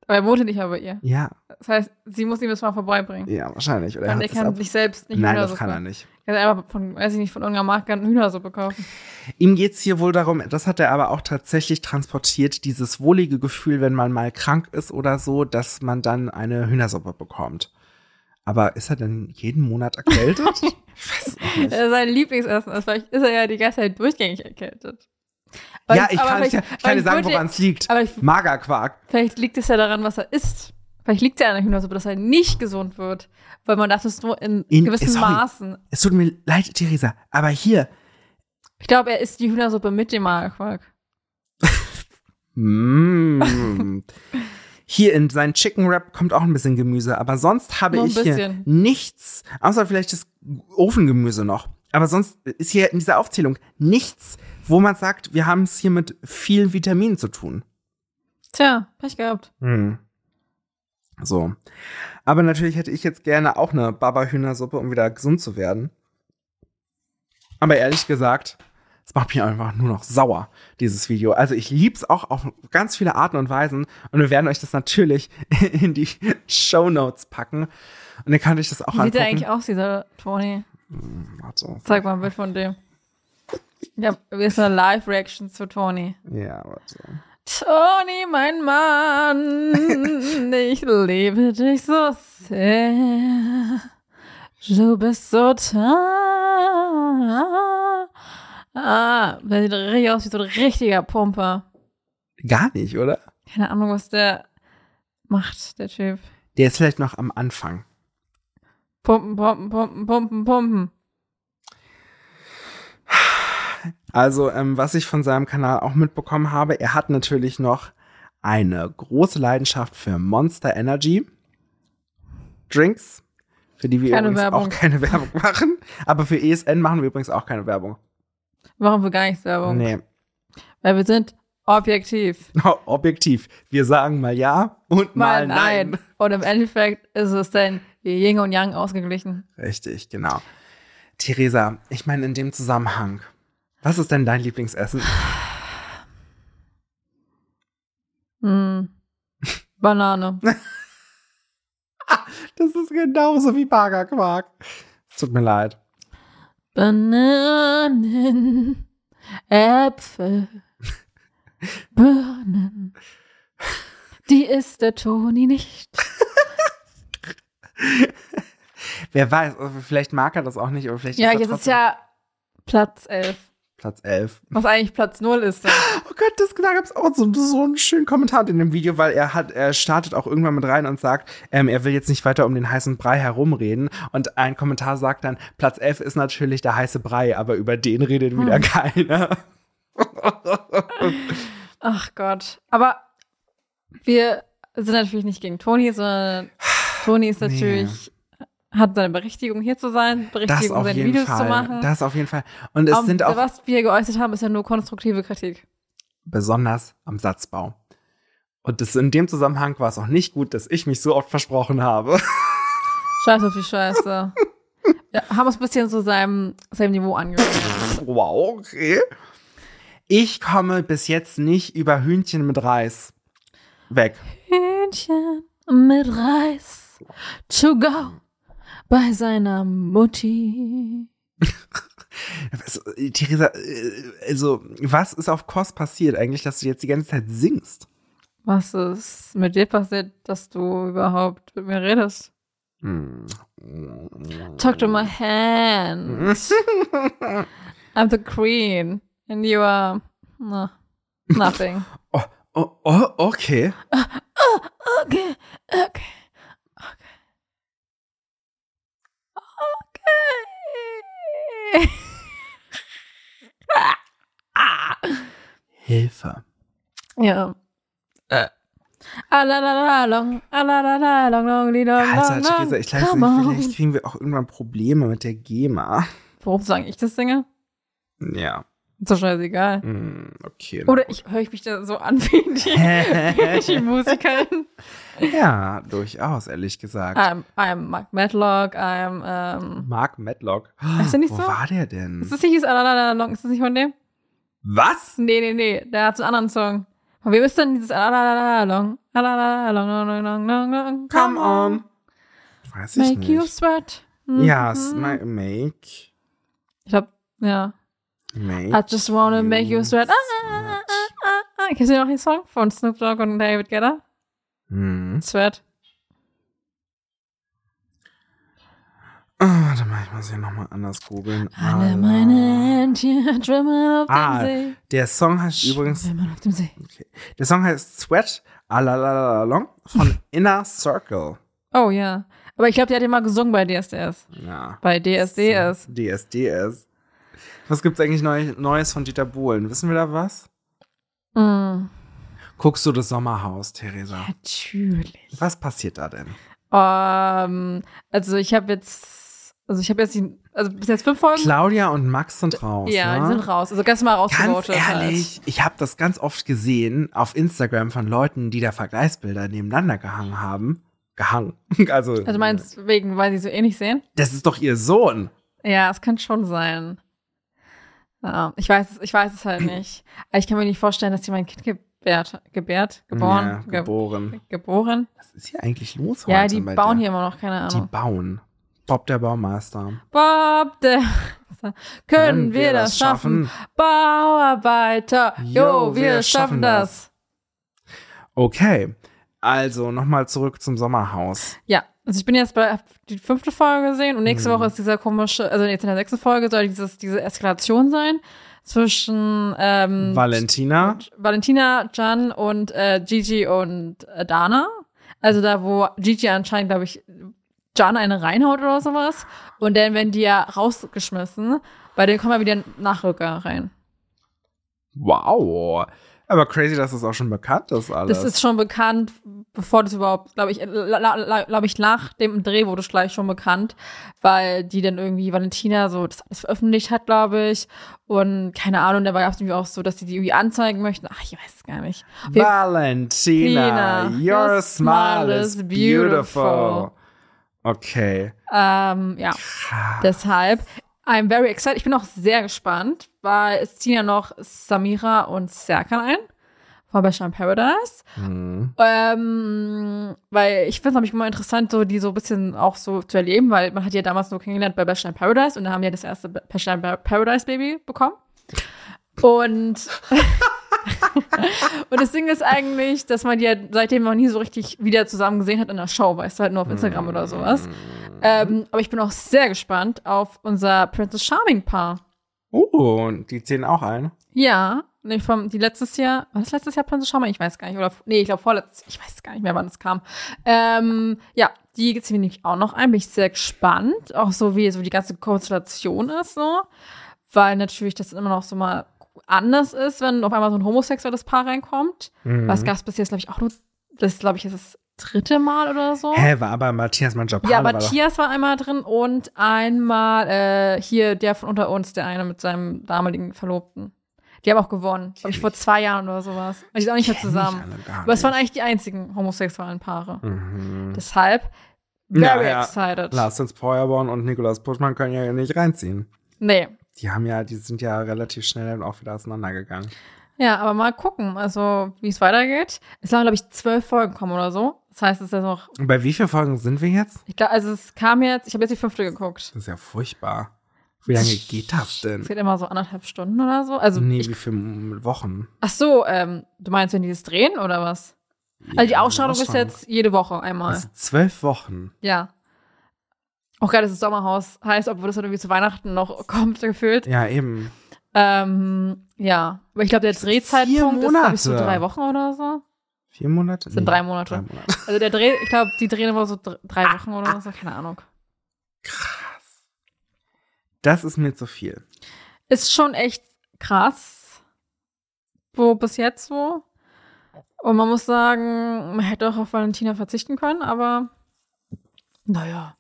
B: Aber er wohnte nicht mehr bei ihr.
A: ja,
B: Das heißt, sie muss ihm das mal vorbeibringen.
A: ja, wahrscheinlich. Oder er
B: Und er
A: hat
B: kann
A: das ab.
B: sich selbst nicht
A: Nein, das
B: Hühnersuppe.
A: kann er nicht.
B: Er kann einfach von, weiß ich nicht, von irgendeiner Marke eine Hühnersuppe kaufen.
A: Ihm geht's hier wohl darum, das hat er aber auch tatsächlich transportiert, dieses wohlige Gefühl, wenn man mal krank ist oder so, dass man dann eine Hühnersuppe bekommt. Aber ist er denn jeden Monat erkältet? ich weiß es auch nicht.
B: Das ist Äh, sein Lieblingsessen. ist. Vielleicht ist er ja die ganze Zeit durchgängig erkältet. Aber
A: ja, ich
B: aber
A: kann, nicht,
B: vielleicht-
A: ich kann
B: aber
A: dir sagen,
B: würde-
A: woran es liegt.
B: Aber ich,
A: Magerquark.
B: vielleicht liegt es ja daran, was er isst. Vielleicht liegt es ja an der Hühnersuppe, dass er nicht gesund wird. Weil man darf es nur in,
A: In-
B: gewissen
A: sorry.
B: Maßen.
A: Es tut mir leid, Theresa, aber hier.
B: Ich glaube, er isst die Hühnersuppe mit dem Magerquark.
A: Mm, hier in sein Chicken Wrap kommt auch ein bisschen Gemüse, aber sonst habe
B: Nur ein
A: ich hier
B: bisschen.
A: nichts, außer vielleicht das Ofengemüse noch. Aber sonst ist hier in dieser Aufzählung nichts, wo man sagt, wir haben es hier mit vielen Vitaminen zu tun.
B: Tja, Pech gehabt.
A: Hm. So. Aber natürlich hätte ich jetzt gerne auch eine Baba-Hühnersuppe, um wieder gesund zu werden. Aber ehrlich gesagt, es macht mich einfach nur noch sauer, dieses Video. Also ich lieb's auch auf ganz viele Arten und Weisen. Und wir werden euch das natürlich in die Shownotes packen. Und ihr könnt euch das auch
B: Wie sieht er
A: angucken.
B: eigentlich aus, dieser Tony?
A: Warte.
B: Zeig mal ein Bild von dem. Ich hab, wir sind eine Live-Reaction zu Tony.
A: Ja, warte.
B: Tony, mein Mann, ich liebe dich so sehr. Du bist so toll. Ah, der sieht richtig aus wie so ein richtiger Pumper.
A: Gar nicht, oder?
B: Keine Ahnung, was der macht, der Typ.
A: Der ist vielleicht noch am Anfang.
B: Pumpen, pumpen, pumpen, pumpen, pumpen.
A: Also, ähm, was ich von seinem Kanal auch mitbekommen habe, er hat natürlich noch eine große Leidenschaft für Monster Energy Drinks, für die wir
B: Keine
A: übrigens auch
B: Werbung.
A: keine Werbung machen. Aber für ESN machen wir übrigens auch keine Werbung.
B: Machen wir gar nichts Werbung.
A: Nee, Oh,
B: Weil wir sind objektiv.
A: objektiv. Wir sagen mal ja und mal, nein.
B: Und im Endeffekt ist es dann Yin und Yang ausgeglichen.
A: Richtig, genau. Theresa, ich meine in dem Zusammenhang, was ist denn dein Lieblingsessen?
B: Hm. Banane.
A: Das ist genauso wie Bargerquark. Es tut mir leid.
B: Bananen. Äpfel, Birnen. Die ist der Toni nicht.
A: Wer weiß, also vielleicht mag er das auch nicht, aber vielleicht
B: Ja,
A: ist er
B: jetzt ist
A: trotzdem
B: ja Platz 11,
A: Platz 11.
B: was eigentlich Platz 0 ist. Dann.
A: Oh Gott, das, da gab es auch so, so einen schönen Kommentar in dem Video, weil er hat, er startet auch irgendwann mit rein und sagt, ähm, er will jetzt nicht weiter um den heißen Brei herumreden. Und ein Kommentar sagt dann, Platz 11 ist natürlich der heiße Brei, aber über den
B: Hm.
A: redet wieder keiner.
B: Ach Gott. Aber wir sind natürlich nicht gegen Toni, sondern Toni ist
A: Nee.
B: natürlich, hat seine Berechtigung, hier zu sein,
A: Das
B: Berechtigung,
A: auf
B: um seine
A: jeden
B: Videos zu
A: Fall.
B: machen.
A: Das auf jeden Fall. Und es
B: Aber
A: sind auch
B: was wir geäußert haben, ist ja nur konstruktive Kritik.
A: besonders am Satzbau. Und das, in dem Zusammenhang war es auch nicht gut, dass ich mich so oft versprochen habe.
B: Scheiße auf die Scheiße. ja, haben uns ein bisschen so seinem, seinem Niveau angefangen.
A: Wow, okay. Ich komme bis jetzt nicht über Hühnchen mit Reis weg.
B: Hühnchen mit Reis to go bei seiner Mutti.
A: Was, äh, Theresa, äh, also, was ist auf Kurs passiert eigentlich, dass du jetzt die ganze Zeit singst?
B: Was ist mit dir passiert, dass du überhaupt mit mir redest?
A: Hm.
B: Talk to my hand. I'm the queen. And you are no, nothing.
A: Oh, oh, oh, okay.
B: okay, okay, okay. Okay.
A: Hilfe.
B: ja.
A: Äh.
B: Ah, la, la, la, long, ah, la, la, la, long, long, li, long,
A: Alter,
B: long, long.
A: Theresa, Halt, ich glaube,
B: Come on.
A: vielleicht kriegen wir auch irgendwann Probleme mit der GEMA.
B: Warum sage ich das Singe?
A: Ja,
B: Ist doch scheißegal.
A: mm, okay.
B: Oder ich höre ich mich da so an wie die, wie die Musikerin.
A: ja, durchaus, ehrlich gesagt.
B: I'm, I'm Mark Matlock, I'm, ähm,
A: Mark Medlock.
B: Ist er nicht
A: Wo
B: so?
A: war der denn?
B: ist das nicht das Alalalong? Ist das nicht von dem?
A: Was?
B: Nee, nee, nee, der hat so einen anderen Song. Von wem ist denn dieses Alalalong? Alalalong, long, long, long, long,
A: Come on. Weiß ich
B: Make you
A: nicht.
B: sweat.
A: Ja,
B: Mhm.
A: yes, my, make,
B: Ich glaub, ja.
A: make.
B: I just wanna make you sweat. Ah, ah,
A: sweat.
B: ah, ah, ah. Kennst du noch den Song von Snoop Dogg und David Guetta?
A: Hm.
B: Sweat.
A: Ah, warte mal, ich muss hier nochmal anders googeln.
B: Alle
A: Ah,
B: meine Händchen schwimmen auf
A: Ah,
B: dem
A: Der Song heißt
B: See.
A: übrigens,
B: Schwimmen auf dem See.
A: der Song heißt Sweat Alalalalong von Inner Circle.
B: Oh ja. Aber ich glaube, der hat den mal gesungen bei DSDS.
A: Ja.
B: Bei DSDS.
A: DSDS. Was gibt's eigentlich neu, Neues von Dieter Bohlen? Wissen wir da was?
B: Mm.
A: Guckst du das Sommerhaus, Theresa?
B: Natürlich.
A: Was passiert da denn?
B: Ähm, also ich habe jetzt, also ich habe jetzt, die, also bis jetzt fünf Folgen.
A: Claudia und Max sind raus. ne?
B: ja, die halt. sind raus. Also ganz mal
A: Ganz
B: rausgevotet.
A: ehrlich, ich habe das ganz oft gesehen auf Instagram von Leuten, die da Vergleichsbilder nebeneinander gehangen haben. Gehangen. Also,
B: Halt. Also meinst wegen, weil sie so ähnlich sehen?
A: das ist doch ihr Sohn.
B: Ja, es kann schon sein. Ja, ich weiß es, ich weiß es halt nicht. Aber ich kann mir nicht vorstellen, dass sie mein Kind gebärt, gebärt, geboren,
A: Ja,
B: ge-
A: geboren.
B: geboren.
A: Was ist hier eigentlich los
B: Ja,
A: heute
B: die
A: bei
B: bauen
A: dir?
B: hier immer noch keine
A: Die
B: Ahnung.
A: bauen. Bob der Baumeister.
B: Bob, der können wir das schaffen? Bauarbeiter, jo, wir schaffen das.
A: Okay. Also, nochmal zurück zum Sommerhaus.
B: Ja, also ich bin jetzt bei hab die fünfte Folge gesehen und nächste
A: Mhm.
B: Woche ist dieser komische, also jetzt in der sechsten Folge soll dieses, diese Eskalation sein zwischen ähm,
A: Valentina.
B: und Valentina, Jan und äh, Gigi und äh, Dana. Also da, wo Gigi anscheinend, glaube ich, Jan eine reinhaut oder sowas. Und dann werden die ja rausgeschmissen. Bei denen kommen ja wieder Nachrücker rein.
A: Wow. Aber crazy, dass das auch schon bekannt ist alles.
B: Das ist schon bekannt, bevor das überhaupt, glaube ich, glaube ich, nach dem Dreh wurde es gleich schon bekannt, weil die dann irgendwie Valentina so das alles veröffentlicht hat, glaube ich. Und keine Ahnung, da gab es irgendwie auch so, dass die die irgendwie anzeigen möchten. Ach, ich weiß es gar nicht. Auf jeden
A: Valentina,
B: Tina,
A: your smile
B: your smile
A: is
B: is
A: beautiful.
B: beautiful.
A: Okay.
B: Ähm, ja, deshalb, I'm very excited. Ich bin auch sehr gespannt, weil es ziehen ja noch Samira und Serkan ein. Von Bachelor in Paradise.
A: Hm.
B: Ähm, weil ich finde es nämlich immer interessant, so die so ein bisschen auch so zu erleben, weil man hat die ja damals nur kennengelernt bei Bachelor in Paradise und da haben die ja das erste Bachelor in Paradise Baby bekommen. Und, und das Ding ist eigentlich, dass man die halt seitdem noch nie so richtig wieder zusammen gesehen hat in der Show, weißt du, halt nur auf Instagram oder sowas.
A: Mhm.
B: Ähm, aber ich bin auch sehr gespannt auf unser Princess Charming Paar.
A: Oh, und die ziehen auch ein.
B: Ja, nee, vom, die letztes Jahr, war das letztes Jahr Prinzessin Charming? Ich weiß gar nicht, oder, nee, ich glaube vorletztes, ich weiß gar nicht mehr, wann es kam. Ähm, ja, die ziehen nämlich auch noch ein, bin ich sehr gespannt, auch so wie so die ganze Konstellation ist, so, weil natürlich das immer noch so mal anders ist, wenn auf einmal so ein homosexuelles Paar reinkommt.
A: Mhm.
B: Was gab es bis jetzt, glaube ich, auch nur, das glaube ich, ist das dritte Mal oder so.
A: Hä, war aber Matthias Manjapane.
B: Ja,
A: war doch-
B: Matthias war einmal drin und einmal äh, hier der von unter uns, der eine mit seinem damaligen Verlobten. Die haben auch gewonnen, glaube ich, vor zwei Jahren oder sowas. Und die sind auch nicht mehr
A: Kenn ich
B: zusammen.
A: alle gar
B: Aber es waren
A: nicht.
B: eigentlich die einzigen homosexuellen Paare.
A: Mhm.
B: Deshalb, very
A: Naja,
B: excited.
A: Lars Feuerborn und Nikolaus Puschmann können ja nicht reinziehen.
B: Nee.
A: Die haben ja, die sind ja relativ schnell dann auch wieder auseinandergegangen.
B: Ja, aber mal gucken, also wie es weitergeht. Es waren, glaube ich, zwölf Folgen kommen oder so. Das heißt, es ist ja noch.
A: Und bei wie vielen Folgen sind wir jetzt?
B: Ich glaube, also es kam jetzt, ich habe jetzt die fünfte geguckt.
A: Das ist ja furchtbar. Wie lange geht das
B: Es
A: denn?
B: geht immer so anderthalb Stunden oder so. Also
A: nee,
B: ich,
A: wie viele Wochen?
B: ach so, ähm, du meinst, wenn die das drehen oder was? Also die
A: Ja,
B: Ausstrahlung ist jetzt jede Woche einmal.
A: Also zwölf Wochen.
B: Ja. Oh Auch gerade, dass es Sommerhaus heißt, obwohl das dann irgendwie zu Weihnachten noch kommt, gefühlt.
A: Ja, eben.
B: Ähm, ja. Aber ich glaube, der Drehzeitpunkt ist, glaube ich, so
A: Monate.
B: drei Wochen oder so.
A: Vier Monate?
B: Sind drei Monate.
A: Drei Ah, Monate.
B: Also der Dreh, ich glaube, die drehen immer so dr- drei Wochen oder so, keine Ahnung.
A: Das ist mir zu viel.
B: Ist schon echt krass. Wo bis jetzt so. Und man muss sagen, man hätte auch auf Valentina verzichten können, aber naja.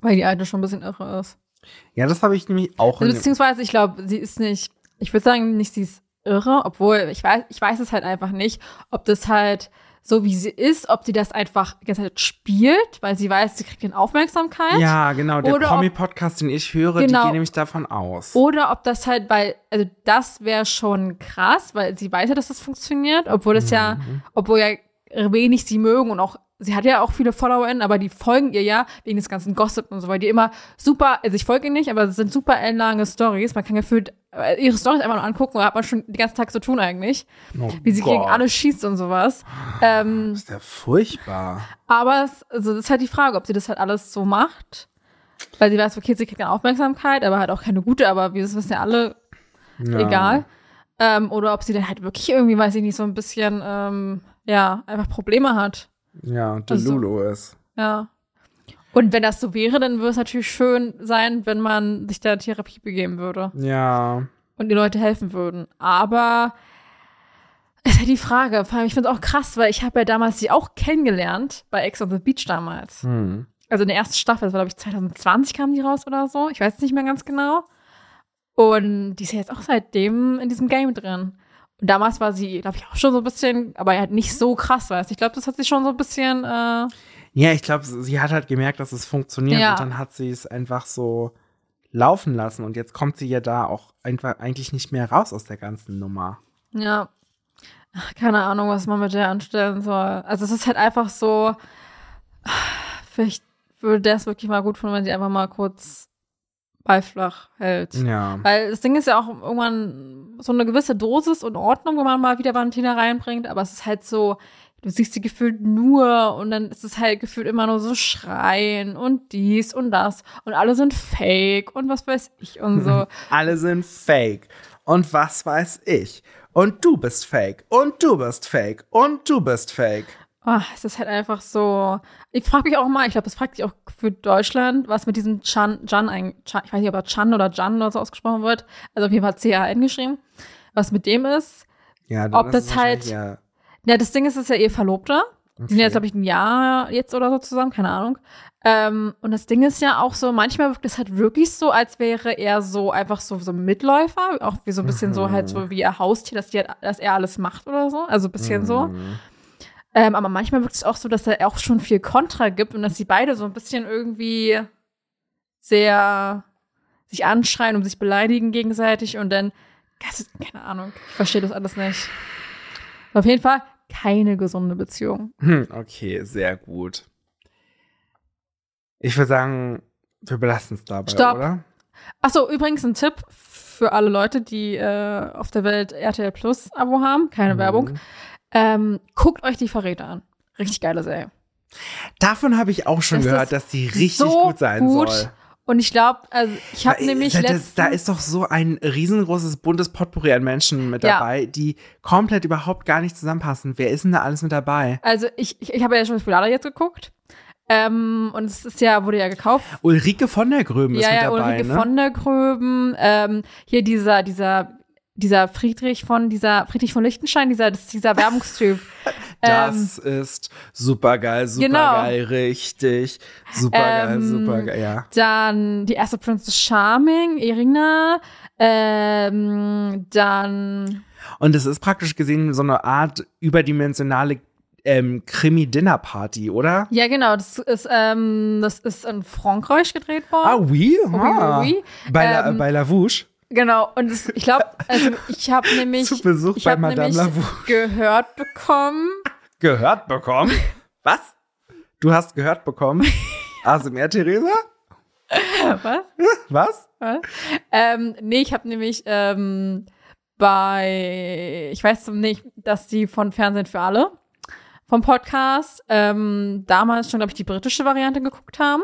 B: Weil die alte schon ein bisschen irre ist.
A: Ja, das habe ich nämlich auch in
B: Also,
A: dem,
B: beziehungsweise, ich glaube, sie ist nicht, ich würde sagen, nicht, sie ist irre, obwohl ich weiß, ich weiß es halt einfach nicht, ob das halt so wie sie ist, ob sie das einfach die ganze Zeit spielt, weil sie weiß, sie kriegt den Aufmerksamkeit.
A: Ja, genau. Der
B: Oder ob-
A: Promi-Podcast, den ich höre,
B: Genau.
A: die gehen nämlich davon aus.
B: Oder ob das halt, weil, also das wäre schon krass, weil sie weiß ja, dass das funktioniert, obwohl es ja, obwohl ja wenig sie mögen und auch, sie hat ja auch viele FollowerInnen, aber die folgen ihr ja wegen des ganzen Gossip und so, weil die immer super, also ich folge ihr nicht, aber es sind super ellenlange Stories, man kann gefühlt äh, ihre Stories einfach nur angucken, da hat man schon den ganzen Tag zu tun eigentlich,
A: Oh
B: wie sie gegen
A: Gott.
B: alle schießt und sowas. Ähm,
A: Das ist ja furchtbar.
B: aber es, also das ist halt die Frage, ob sie das halt alles so macht. Weil sie weiß, okay, sie kriegt keine Aufmerksamkeit, aber halt auch keine gute, aber wir wissen ja alle,
A: Ja.
B: egal. Ähm, oder ob sie dann halt wirklich irgendwie, weiß ich nicht, so ein bisschen, ähm, ja, einfach Probleme hat.
A: Ja, und
B: Also-
A: Delulu ist.
B: Ja. Und wenn das so wäre, dann würde es natürlich schön sein, wenn man sich da Therapie begeben würde
A: Ja.
B: und die Leute helfen würden. Aber ist ja die Frage. Vor allem, ich finde es auch krass, weil ich habe ja damals sie auch kennengelernt bei Ex on the Beach damals.
A: Hm.
B: Also in der ersten Staffel, das war glaube ich 2020 kam die raus oder so. Ich weiß es nicht mehr ganz genau. Und die ist ja jetzt auch seitdem in diesem Game drin. Und damals war sie, glaube ich, auch schon so ein bisschen, aber halt nicht so krass, weißt du. Ich glaube, das hat sie schon so ein bisschen, äh,
A: Ja, ich glaube, sie hat halt gemerkt, dass es funktioniert
B: Ja.
A: und dann hat sie es einfach so laufen lassen und jetzt kommt sie ja da auch einfach eigentlich nicht mehr raus aus der ganzen Nummer.
B: ja, Ach, keine Ahnung, was man mit der anstellen soll. Also es ist halt einfach so, vielleicht würde der es wirklich mal gut finden, wenn sie einfach mal kurz beiflach hält.
A: Ja.
B: Weil das Ding ist ja auch irgendwann so eine gewisse Dosis und Ordnung, wenn man mal wieder Valentina reinbringt, aber es ist halt so, du siehst sie gefühlt nur und dann ist es halt gefühlt immer nur so schreien und dies und das und alle sind fake und was weiß ich und so.
A: Alle sind fake. Und was weiß ich? Und du bist fake. Und du bist fake. Und du bist fake.
B: Ah, es ist halt einfach so. Ich frage mich auch mal, ich glaube, das fragt sich auch für Deutschland, was mit diesem Chan, Jan, ein, Chan, ich weiß nicht, ob er Chan oder Jan oder so ausgesprochen wird, also auf jeden Fall C-A-N geschrieben, was mit dem ist.
A: Ja, dann
B: Ob
A: ist es
B: das halt-
A: wahrscheinlich, Ja,
B: Ja, das Ding ist, es ist ja ihr Verlobter. Die sind
A: Okay.
B: jetzt, glaube ich, ein Jahr jetzt oder so zusammen, keine Ahnung. Ähm, und das Ding ist ja auch so, manchmal wirkt es halt wirklich so, als wäre er so einfach so, so ein Mitläufer, auch wie so ein bisschen
A: Mhm.
B: so halt so wie ihr Haustier, dass, die halt, dass er alles macht oder so. Also ein bisschen so.
A: Mhm.
B: Ähm, aber manchmal wirkt es auch so, dass er auch schon viel Kontra gibt und dass sie beide so ein bisschen irgendwie sehr sich anschreien und sich beleidigen gegenseitig und dann, das ist, keine Ahnung, ich verstehe das alles nicht. Aber auf jeden Fall keine gesunde Beziehung.
A: Hm, Okay, sehr gut. Ich würde sagen, wir belassen es dabei,
B: Stopp.
A: oder?
B: Achso, übrigens ein Tipp f- für alle Leute, die äh, auf der Welt RTL Plus Abo haben, keine
A: Mhm.
B: Werbung. Ähm, guckt euch die Verräter an. Richtig geile Serie.
A: Davon habe ich auch schon
B: Das
A: gehört,
B: ist
A: dass die richtig
B: so
A: gut sein
B: gut.
A: soll.
B: Und ich glaube, also ich habe
A: Weil, äh,
B: nämlich
A: da, das,
B: letztens,
A: da ist doch so ein riesengroßes buntes Potpourri an Menschen mit
B: Ja.
A: dabei, die komplett überhaupt gar nicht zusammenpassen. Wer ist denn da alles mit dabei?
B: also ich, ich, ich habe ja schon Spilada jetzt geguckt. Ähm, und es ist ja, wurde ja gekauft
A: Ulrike von der Gröben ist
B: ja,
A: mit
B: ja,
A: dabei,
B: Ulrike
A: ne?
B: von ähm, der Gröben, ähm, hier dieser, dieser, dieser Friedrich von, dieser, Friedrich von Lichtenstein, dieser, das ist dieser Werbungstyp.
A: das ist supergeil, supergeil, richtig. Supergeil,
B: Genau. Ähm,
A: supergeil, ja.
B: Dann die erste Princess Charming, Irina, ähm, dann,
A: Und es ist praktisch gesehen so eine Art überdimensionale ähm, Krimi-Dinner-Party, oder?
B: ja genau, das ist, ähm, das ist in Frankreich gedreht
A: Ah,
B: worden.
A: oui,
B: oui,
A: ah.
B: oui.
A: Bei, La,
B: Ähm,
A: bei Lavouche.
B: Genau, und es, ich glaube, also ich habe nämlich,
A: Zu Besuch
B: ich
A: bei
B: hab
A: Madame
B: nämlich
A: Lavouche.
B: gehört bekommen,
A: Gehört bekommen? Was? Du hast gehört bekommen? ASMR, Theresa?
B: was?
A: Was?
B: Ähm, nee, ich habe nämlich ähm, bei, ich weiß nicht, dass die von Fernsehen für alle, vom Podcast, ähm, damals schon, glaube ich, die britische Variante geguckt haben.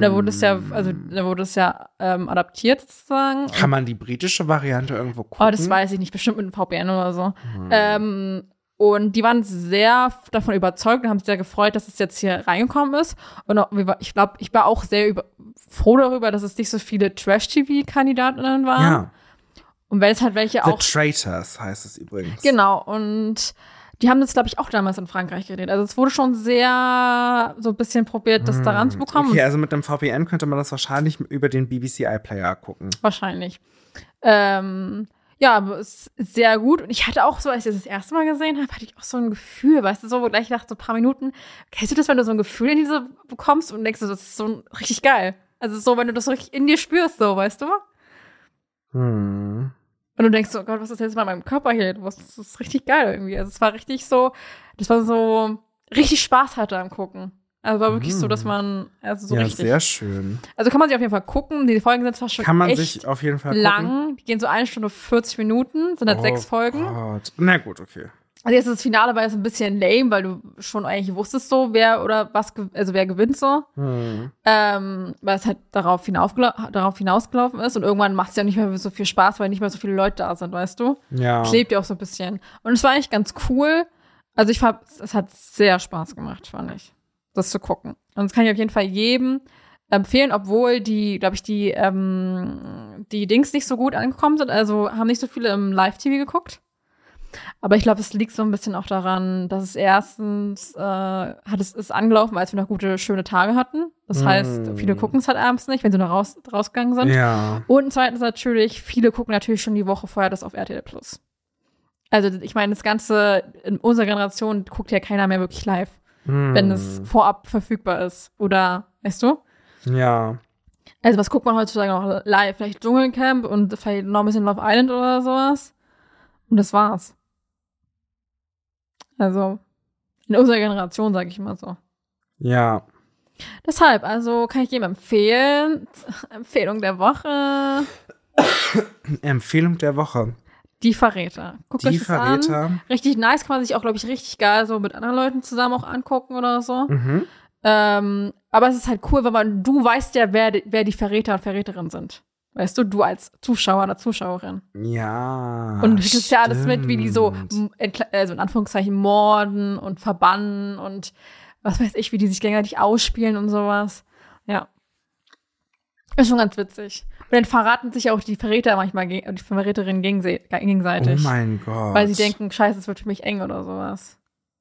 B: Da wurde es
A: Hm.
B: ja, also da wurde es ja ähm, adaptiert sozusagen.
A: Kann man die britische Variante irgendwo gucken?
B: Oh, das weiß ich nicht, bestimmt mit einem VPN oder so.
A: Mhm.
B: Ähm, und die waren sehr davon überzeugt und haben sich sehr gefreut, dass es jetzt hier reingekommen ist. Und auch, wir war- ich glaube, ich war auch sehr über, froh darüber, dass es nicht so viele Trash-TV-Kandidatinnen waren.
A: Ja.
B: Und wenn es halt welche
A: The
B: auch.
A: Traitors heißt es übrigens.
B: Genau, und die haben das, glaube ich, auch damals in Frankreich gedreht. Also es wurde schon sehr so ein bisschen probiert, das da ranzubekommen.
A: Okay, also mit einem VPN könnte man das wahrscheinlich über den BBC iPlayer gucken.
B: Wahrscheinlich. Ähm, ja, aber es ist sehr gut. Und ich hatte auch so, als ich das, das erste Mal gesehen habe, hatte ich auch so ein Gefühl, weißt du, so wo gleich nach so ein paar Minuten, kennst du das, wenn du so ein Gefühl in diese bekommst und denkst, so, das ist so ein- richtig geil. Also so, wenn du das so richtig in dir spürst, so, weißt du?
A: Hm.
B: Und du denkst, so, oh Gott, was ist jetzt bei meinem Körper hier? Was, das ist richtig geil irgendwie. Also es war richtig so, das war so, richtig Spaß hatte am Gucken. Also war wirklich so, dass man, also so
A: Mhm. ja,
B: richtig.
A: sehr schön.
B: Also kann man sich auf jeden Fall gucken. Die Folgen sind zwar schon
A: Kann man
B: echt
A: sich auf jeden Fall gucken.
B: lang. Die gehen so eine Stunde 40 Minuten, sind halt
A: Oh
B: sechs Folgen.
A: Gott. Na gut, okay.
B: Also jetzt ist das Finale war jetzt ein bisschen lame, weil du schon eigentlich wusstest so, wer oder was, ge- also wer gewinnt so.
A: Hm.
B: Ähm, weil es halt darauf, hinaufgela- darauf hinausgelaufen ist und irgendwann macht es ja nicht mehr so viel Spaß, weil nicht mehr so viele Leute da sind, weißt du?
A: Ja.
B: Klebt ja auch so ein bisschen. Und es war eigentlich ganz cool. Also ich hab, es hat sehr Spaß gemacht, fand ich, das zu gucken. Und das kann ich auf jeden Fall jedem empfehlen, obwohl die, glaube ich, die, ähm, die Dings nicht so gut angekommen sind. Also haben nicht so viele im Live-TV geguckt. Aber ich glaube, es liegt so ein bisschen auch daran, dass es erstens äh, hat es ist angelaufen, als wir noch gute, schöne Tage hatten. Das
A: Mm.
B: heißt, viele gucken es halt abends nicht, wenn sie noch raus, rausgegangen sind.
A: Ja.
B: Und zweitens natürlich, viele gucken natürlich schon die Woche vorher das auf RTL Plus. Also ich meine, das Ganze in unserer Generation guckt ja keiner mehr wirklich live,
A: Hm.
B: wenn es vorab verfügbar ist. Oder, weißt du?
A: Ja.
B: Also was guckt man heutzutage noch live? Vielleicht Dschungelcamp und vielleicht noch ein bisschen Love Island oder sowas. Und das war's. Also in unserer Generation, sage ich mal so.
A: Ja.
B: Deshalb, also kann ich jedem empfehlen. Empfehlung der Woche.
A: Empfehlung der Woche.
B: Die Verräter. Guckt
A: Die
B: euch das an.
A: Verräter.
B: Richtig nice, kann man sich auch, glaube ich, richtig geil so mit anderen Leuten zusammen auch angucken oder so.
A: Mhm.
B: Ähm, aber es ist halt cool, weil man, du weißt ja, wer, die- wer die Verräter und Verräterinnen sind. Weißt du, du als Zuschauer oder Zuschauerin.
A: Ja.
B: Und du kriegst ja alles mit, wie die so,
A: Ah, stimmt.
B: m- in Kle- also in Anführungszeichen, morden und verbannen und was weiß ich, wie die sich gegenseitig ausspielen und sowas. Ja. Ist schon ganz witzig. Und dann verraten sich auch die Verräter manchmal, ge- die Verräterinnen gegense-
A: Oh
B: gegenseitig.
A: mein Gott.
B: weil sie denken, scheiße, es wird für mich eng oder sowas.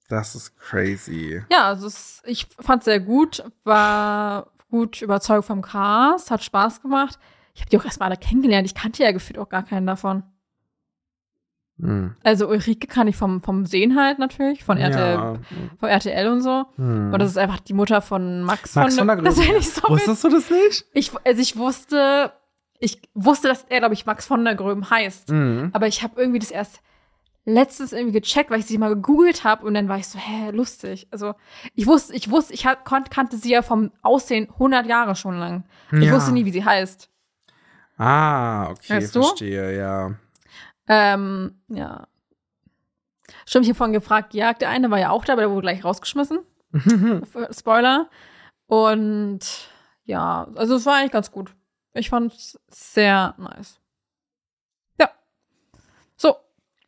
A: Das ist crazy.
B: Ja, also es, ich fand's sehr gut, war gut überzeugt vom Cast, hat Spaß gemacht. Ich habe die auch erstmal alle kennengelernt. Ich kannte ja gefühlt auch gar keinen davon.
A: Hm.
B: Also Ulrike kann ich vom, vom Sehen halt natürlich, von RTL,
A: Ja.
B: vom RTL und so.
A: Hm.
B: Und das ist einfach die Mutter von Max,
A: Max von der
B: Das ist
A: Gröben.
B: eigentlich so witzig.
A: Wusstest du das nicht?
B: ich, also ich wusste, ich wusste, dass er, glaube ich, Max von der Gröben heißt.
A: Mhm.
B: Aber ich habe irgendwie das erst letztens irgendwie gecheckt, weil ich sie mal gegoogelt habe und dann war ich so, hä, lustig. Also ich wusste, ich wusste, ich hat, kon- kannte sie ja vom Aussehen 100 Jahre schon lang. Ich
A: Ja.
B: wusste nie, wie sie heißt.
A: Ah, okay,
B: Weißt du?
A: verstehe, ja.
B: Ähm, ja. Stimmt, ich habe vorhin gefragt, ja, der eine war ja auch da, aber der wurde gleich rausgeschmissen. Spoiler. Und ja, also es war eigentlich ganz gut. Ich fand es sehr nice. Ja. So,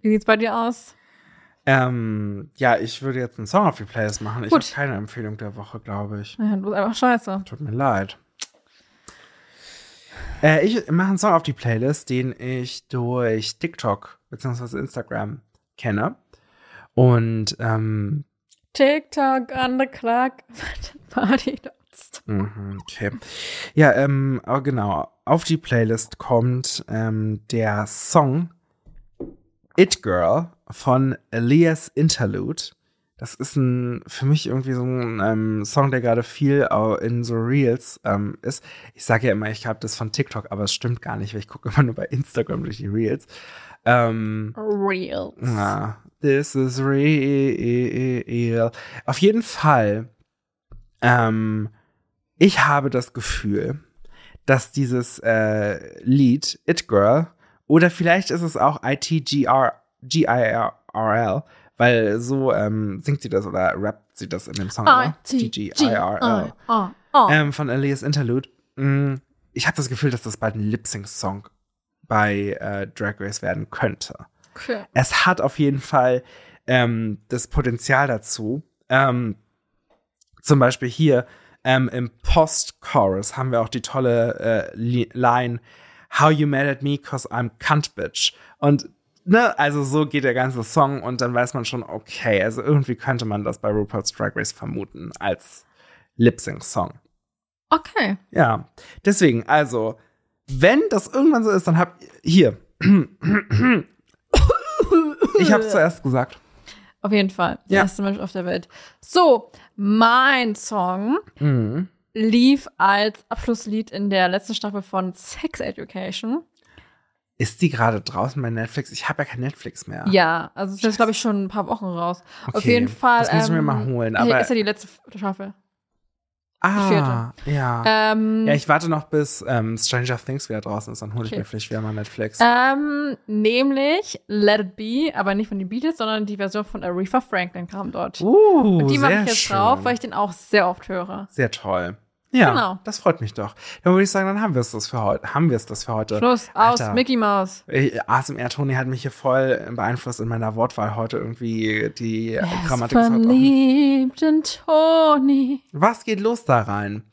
B: wie sieht's bei dir aus?
A: ähm, ja, ich würde jetzt einen Song auf die Playlist machen. Ich habe
B: Gut.
A: keine Empfehlung der Woche, glaube ich.
B: Ja, du bist einfach scheiße.
A: Tut mir leid. Äh, ich mache einen Song auf die Playlist, den ich durch TikTok bzw. Instagram kenne. Und ähm,
B: TikTok on the clock. Party nutzt.
A: Mhm, Okay. Ja, ähm, aber genau. Auf die Playlist kommt ähm, der Song It Girl von Elias Interlude. Das ist ein, für mich irgendwie so ein ähm, Song, der gerade viel au- in so Reels ähm, ist. Ich sage ja immer, ich habe das von TikTok, aber es stimmt gar nicht, weil ich gucke immer nur bei Instagram durch die Reels. Ähm,
B: Real.
A: Ah, this is real. Auf jeden Fall, ähm, ich habe das Gefühl, dass dieses äh, Lied, It Girl, oder vielleicht ist es auch ITGIRL, weil so ähm, singt sie das oder rappt sie das in dem Song. ne? TGIRL.
B: Oh, oh.
A: Ähm, von Elias Interlude. Mm, Ich habe das Gefühl, dass das bald ein Lip-Sync-Song bei äh, Drag Race werden könnte
B: Okay.
A: es hat auf jeden Fall ähm, das Potenzial dazu. Ähm, zum Beispiel hier ähm, im Post-Chorus haben wir auch die tolle äh, Li- Line How you mad at me, cause I'm cunt bitch. Und ne, also so geht der ganze Song und dann weiß man schon, okay, also irgendwie könnte man das bei RuPaul's Drag Race vermuten als Lip-Sync-Song.
B: Okay.
A: Ja, deswegen, also, wenn das irgendwann so ist, dann hab hier. Ich hab's zuerst gesagt.
B: Auf jeden Fall. Der
A: Ja.
B: erste Mensch auf der Welt. So, mein Song
A: Mhm.
B: lief als Abschlusslied in der letzten Staffel von Sex Education.
A: Ist die gerade draußen bei Netflix? Ich habe ja kein Netflix mehr.
B: Ja, also das ist, glaube ich, schon ein paar Wochen raus. Auf
A: Okay,
B: jeden Fall.
A: das muss ich mir
B: ähm,
A: mal holen,
B: hier
A: aber-
B: ist ja die letzte Staffel.
A: Ah, ja.
B: Ähm,
A: ja, ich warte noch, bis ähm, Stranger Things wieder draußen ist, dann hole ich
B: Okay.
A: mir vielleicht wieder mal Netflix.
B: ähm, nämlich Let It Be, aber nicht von den Beatles, sondern die Version von Aretha Franklin kam dort.
A: uh,
B: Und die mache
A: sehr
B: ich jetzt
A: schön.
B: drauf, weil ich den auch sehr oft höre.
A: sehr toll. Ja,
B: Genau.
A: das freut mich doch. Dann würde ich sagen, dann haben wir es das für heute. Haben wir es das für heute.
B: Schluss, aus,
A: Alter.
B: Mickey Mouse.
A: Ich- ASMR Toni hat mich hier voll beeinflusst in meiner Wortwahl heute irgendwie die
B: Er ist
A: Grammatik ist heute auch
B: verliebt in Toni.
A: Was geht los da rein?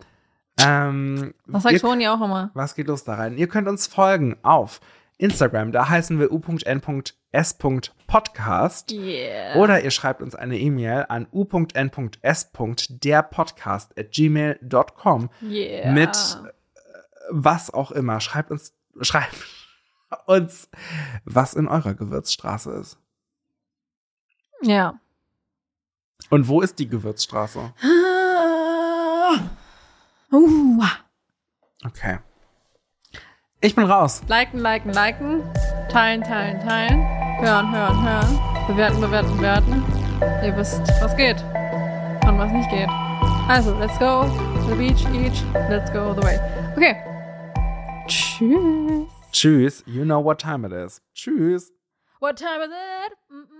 A: Ähm,
B: Das sagt
A: ihr-
B: Toni auch immer.
A: was geht los da rein? Ihr könnt uns folgen auf Instagram, da heißen wir u.n.s.podcast.
B: Yeah.
A: Oder ihr schreibt uns eine E-Mail an u.n.s.derpodcast at gmail.com
B: Yeah.
A: mit äh, was auch immer. Schreibt uns, schreibt uns, was in eurer Gewürzstraße ist.
B: Ja.
A: Und wo ist die Gewürzstraße? Ah.
B: Uh.
A: Okay. Ich bin raus.
B: Liken, liken, liken. Teilen, teilen, teilen. Hören, hören, hören. Bewerten, bewerten, bewerten. Ihr wisst, was geht und was nicht geht. Also, let's go to the beach, each. Let's go the way. Okay. Tschüss.
A: Tschüss. You know what time it is. Tschüss.
B: What time is it? Mm -mm.